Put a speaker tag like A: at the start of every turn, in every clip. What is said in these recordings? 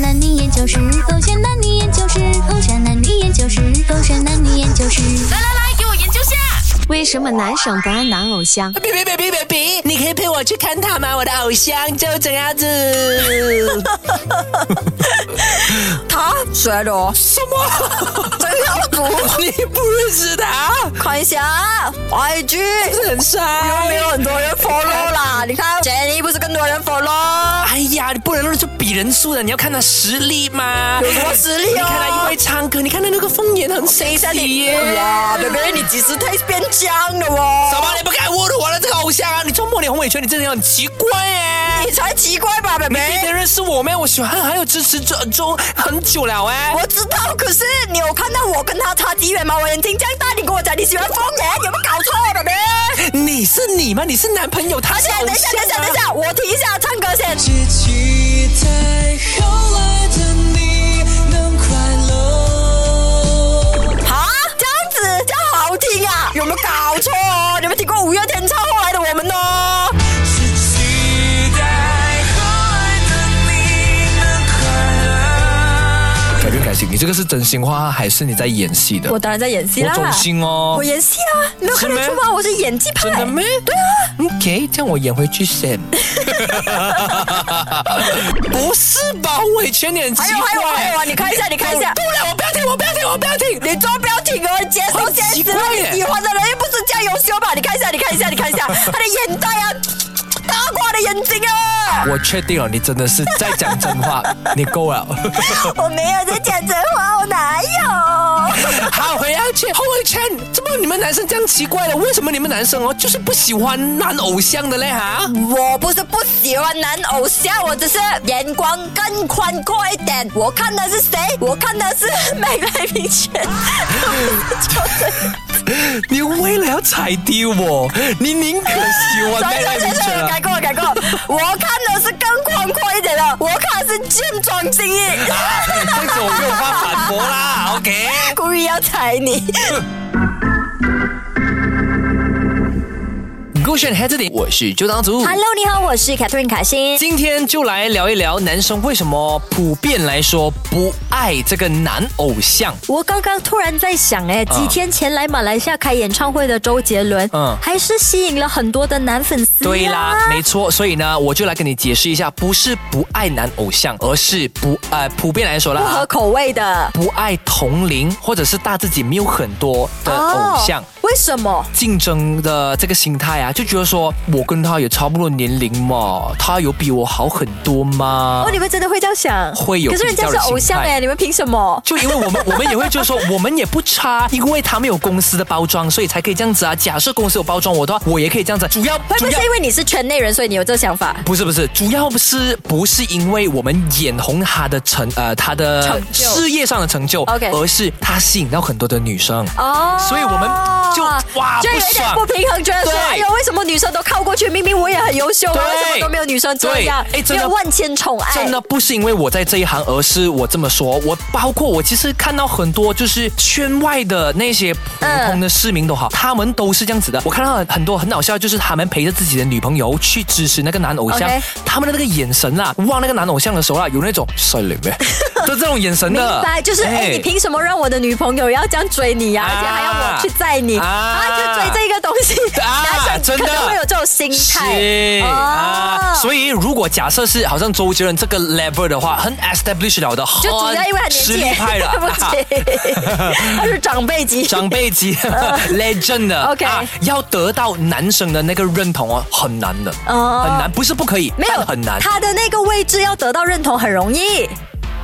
A: 男女研究室，狗选男女研究室，狗选男女研究室，狗选男女研究室。
B: 来来来，给我研究下。
C: 为什么男生不爱男偶像？
D: 啊别别别别别别！你可以陪我去看他吗？我的偶像就这样子。
E: 他谁来的哦？
D: 什么？
E: 真的不？
D: 你不认识他？
E: 看一下 IG，
D: 很
E: 又啊没
D: 帅
E: 有。很多人 follow 啦。你看 Jenny 不是更多人 follow？
D: 哎呀，你不能论述比人数的，你要看他实力嘛。
E: 有什么实力哦
D: 你看他因为唱歌，你看他那个风颜很
E: 等一下
D: sexy
E: 你，
D: 耶。
E: 哇，贝哎贝你几十太变僵了哦。
D: 怎么你不敢侮辱我的这个偶像啊？你周末你红伟圈，你真的很奇怪耶。
E: 你才奇怪吧，贝
D: 你
E: 贝。
D: 别认识我咩？我喜欢还有支持周周很久了哎。
E: 我知道，可是你有看到我跟他差几远吗？我眼睛这样大，你跟我讲你喜欢方言，有没有搞错啊，贝贝？
D: 你是你吗？你是男朋友，他
E: 而
D: 是
E: 且
D: 偶像、啊。
E: 哎等一下，等一下，等一下，我听一下唱歌先。
F: 一起在后来的你能快乐。
E: 啊，这样子这样好听啊？有没有搞错哦？你们听过五月天唱后来的我们哦？
F: 是期待后来的你能快乐。
G: 改变改型，你这个是真心话还是你在演戏 的？
E: 我当然在演戏啦，
G: 我忠心哦
E: 我演戏啊，没有看得出吗？我是演技派。
G: 真的咩？对啊。OK，这样我演回去 先。
D: 不是吧？红伟圈，你很奇怪。
E: 还有还有还有啊！你看一下，你看一下，
D: 够了，我不要听，我不要听，我不要听。
E: 你做不要挺而接受现实了。
D: 很奇怪耶
E: 你喜欢的人又不是这样优秀吧？你看一下，你看一下，你看一下，他的眼袋啊，大过我的眼睛 啊！
G: 我确定了，你真的是在讲真话，你够了。
E: 我没有在讲真话，我哪有？
D: 好，回到去红伟圈，怎么你们男生这样奇怪的？为什么你们男生哦，就是不喜欢男偶像的嘞？
E: 啊
D: 哈？
E: 我不是不喜欢男偶像，我只是眼光更宽阔一点。我看的是谁？我看的是美美明权。
G: 你为了要踩低我，你宁可喜欢
E: 转
G: 麦
E: 转
G: 赖明
E: 转
G: 哲
E: 转，
G: 啊
E: 改过改过， 我看的是更宽阔一点的，我看的是健壮精益，
G: 这种没有办法反驳啦。OK。
E: 故意要踩你。
D: 勾选 head 点，我是周当组。
E: Hello，你好，我是 Catherine 卡 欣。
D: 今天就来聊一聊男生为什么普遍来说不爱这个男偶像。
C: 我刚刚突然在想，哎，几天前来马来西亚开演唱会的周杰伦，
D: 嗯
C: 还是吸引了很多的男粉丝、
D: 对
E: 啊
D: 啦，，没错，所以呢，我就来跟你解释一下，不是不爱男偶像，而是不呃，普遍来说
E: 不合
D: 啦，
E: 口味的
D: 不爱同龄或者是大自己没有很多的偶像。嗯
E: 哦为什么？
D: 竞争的这个心态啊，就觉得说我跟他也差不多年龄嘛，他有比我好很多吗
E: 哦，？你们真的会这样想？
D: 会有
E: 可是人家
D: 比
E: 是
D: 较的
E: 偶像
D: 心态
E: 哎，你们凭什么？
D: 就因为我 们我们也会就是说我们也不差，因为他们有公司的包装，所以才可以这样子啊。假设公司有包装我的话，我也可以这样子。主要
E: 会不
D: 主
E: 会
D: 要
E: 是因为你是圈内人，所以你有这个想法？
D: 不是不是，主要不是不是因为我们眼红他的成呃他的
E: 成就
D: 事业上的成就
E: OK
D: 而是他吸引到很多的女生。
E: 哦，
D: 所以我们就哇
E: 就有一
D: 不
E: 点
D: 爽
E: 不平衡，觉得说，
D: 对
E: 哎呦，为什么女生都靠过去？明明我也很优秀啊，
D: 对
E: 为什么都没有女生这样？
D: 对哎真
E: 没
D: 的
E: 有万千宠爱，
D: 真的不是因为我在这一行，而是我这么说。我包括我其实看到很多就是圈外的那些普通的市民都
E: 嗯
D: 好，他们都是这样子的。我看到很多很好笑，就是他们陪着自己的女朋友去支持那个男偶像
E: OK
D: 他们的那个眼神啦，望那个男偶像的时候啊啦，有那种帅脸呗，就这种眼神的。
E: 明白，就是哎、你凭什么让我的女朋友要这样追你呀、
D: 啊
E: 而且还要我去载你啊
D: 啊
E: 就追这个东西，
D: 啊
E: 男生
D: 真的
E: 可能会有这种心态哦
D: 是、啊，所以如果假设是好像周杰伦这个 level 的话，很 establish 了的，
E: 就主要因为他年
D: 很哦实
E: 纪
D: 力
E: 也，
D: 派的，
E: 对不 起，他是长辈级。
D: 长 辈级 legend 的
E: 嗯
D: 啊
E: OK
D: 要得到男生的那个认同哦，很难的，
E: 哦
D: 很难，不是不可以，
E: 没有
D: 但很难
E: 他的那个位置要得到认同很容易，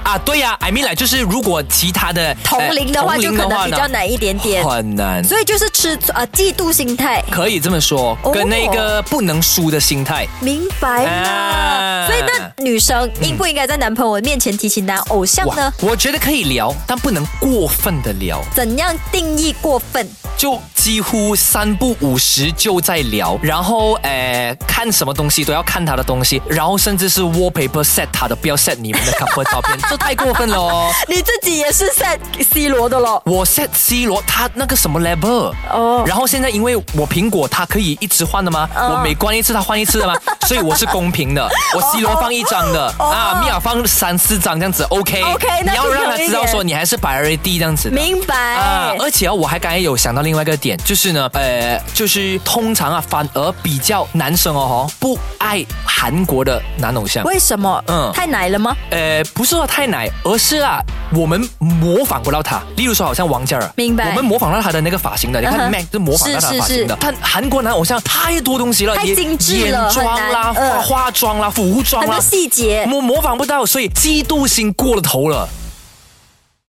D: 啊。对呀、i mean 来就是如果其他的
E: 同龄的话
D: 呃
E: 就可能比较
D: 呢
E: 难一点点，
D: 很难。
E: 所以就是吃呃嫉妒心态，
D: 可以这么说
E: 哦，
D: 跟那个不能输的心态，
E: 明白了。
D: 啊
E: 所以那女生应不应该在男朋友面前提起男偶像呢？
D: 我觉得可以聊，但不能过分的聊。
E: 怎样定义过分？
D: 就几乎三不五时就在聊，然后呃看什么东西都要看他的东西，然后甚至是 wallpaper set 他的，不要 set 你们的 couple 照片， 这太过分了哦。
E: 你自己也是 set C 罗的咯。
D: 我 set C 罗他那个什么 level 哦，然后现在因为我苹果它可以一直换的吗？
E: 哦
D: 我每关一次它换一次的 吗？所以我是公平的，我 C 罗放一张的啊，米娅放三四张这样子，OK
E: 哦 OK，那
D: 你要
E: 就
D: 让他
E: 有一
D: 知道
E: 点
D: 说你还是 priority 这样子的。
E: 明白。
C: 哎
D: 啊，而且啊，我还刚才有想到另外一个点，就是呢，呃，就是通常啊，反而比较男生哦，吼不爱韩国的男偶像。
C: 为什么？
D: 嗯
C: 太奶了吗？
D: 呃，不是说太奶，而是啊，我们模仿不到他。例如说，好像王嘉尔，
C: 明白
D: 我们模仿到他的那个发型的。你
C: 嗯
D: 看
C: 哼
D: Mac 就模仿到他的
C: 是
D: 发
C: 是
D: 型的。
C: 是
D: 但韩国男偶像太多东西了，
C: 太
D: 也
C: 精致
D: 眼
C: 了
D: 妆啦、
C: 很难
D: 化
C: 嗯
D: 化妆啦、服装
C: 很
D: 啦
C: 多。细节。
D: 我模仿不到，所以嫉妒心过了头了。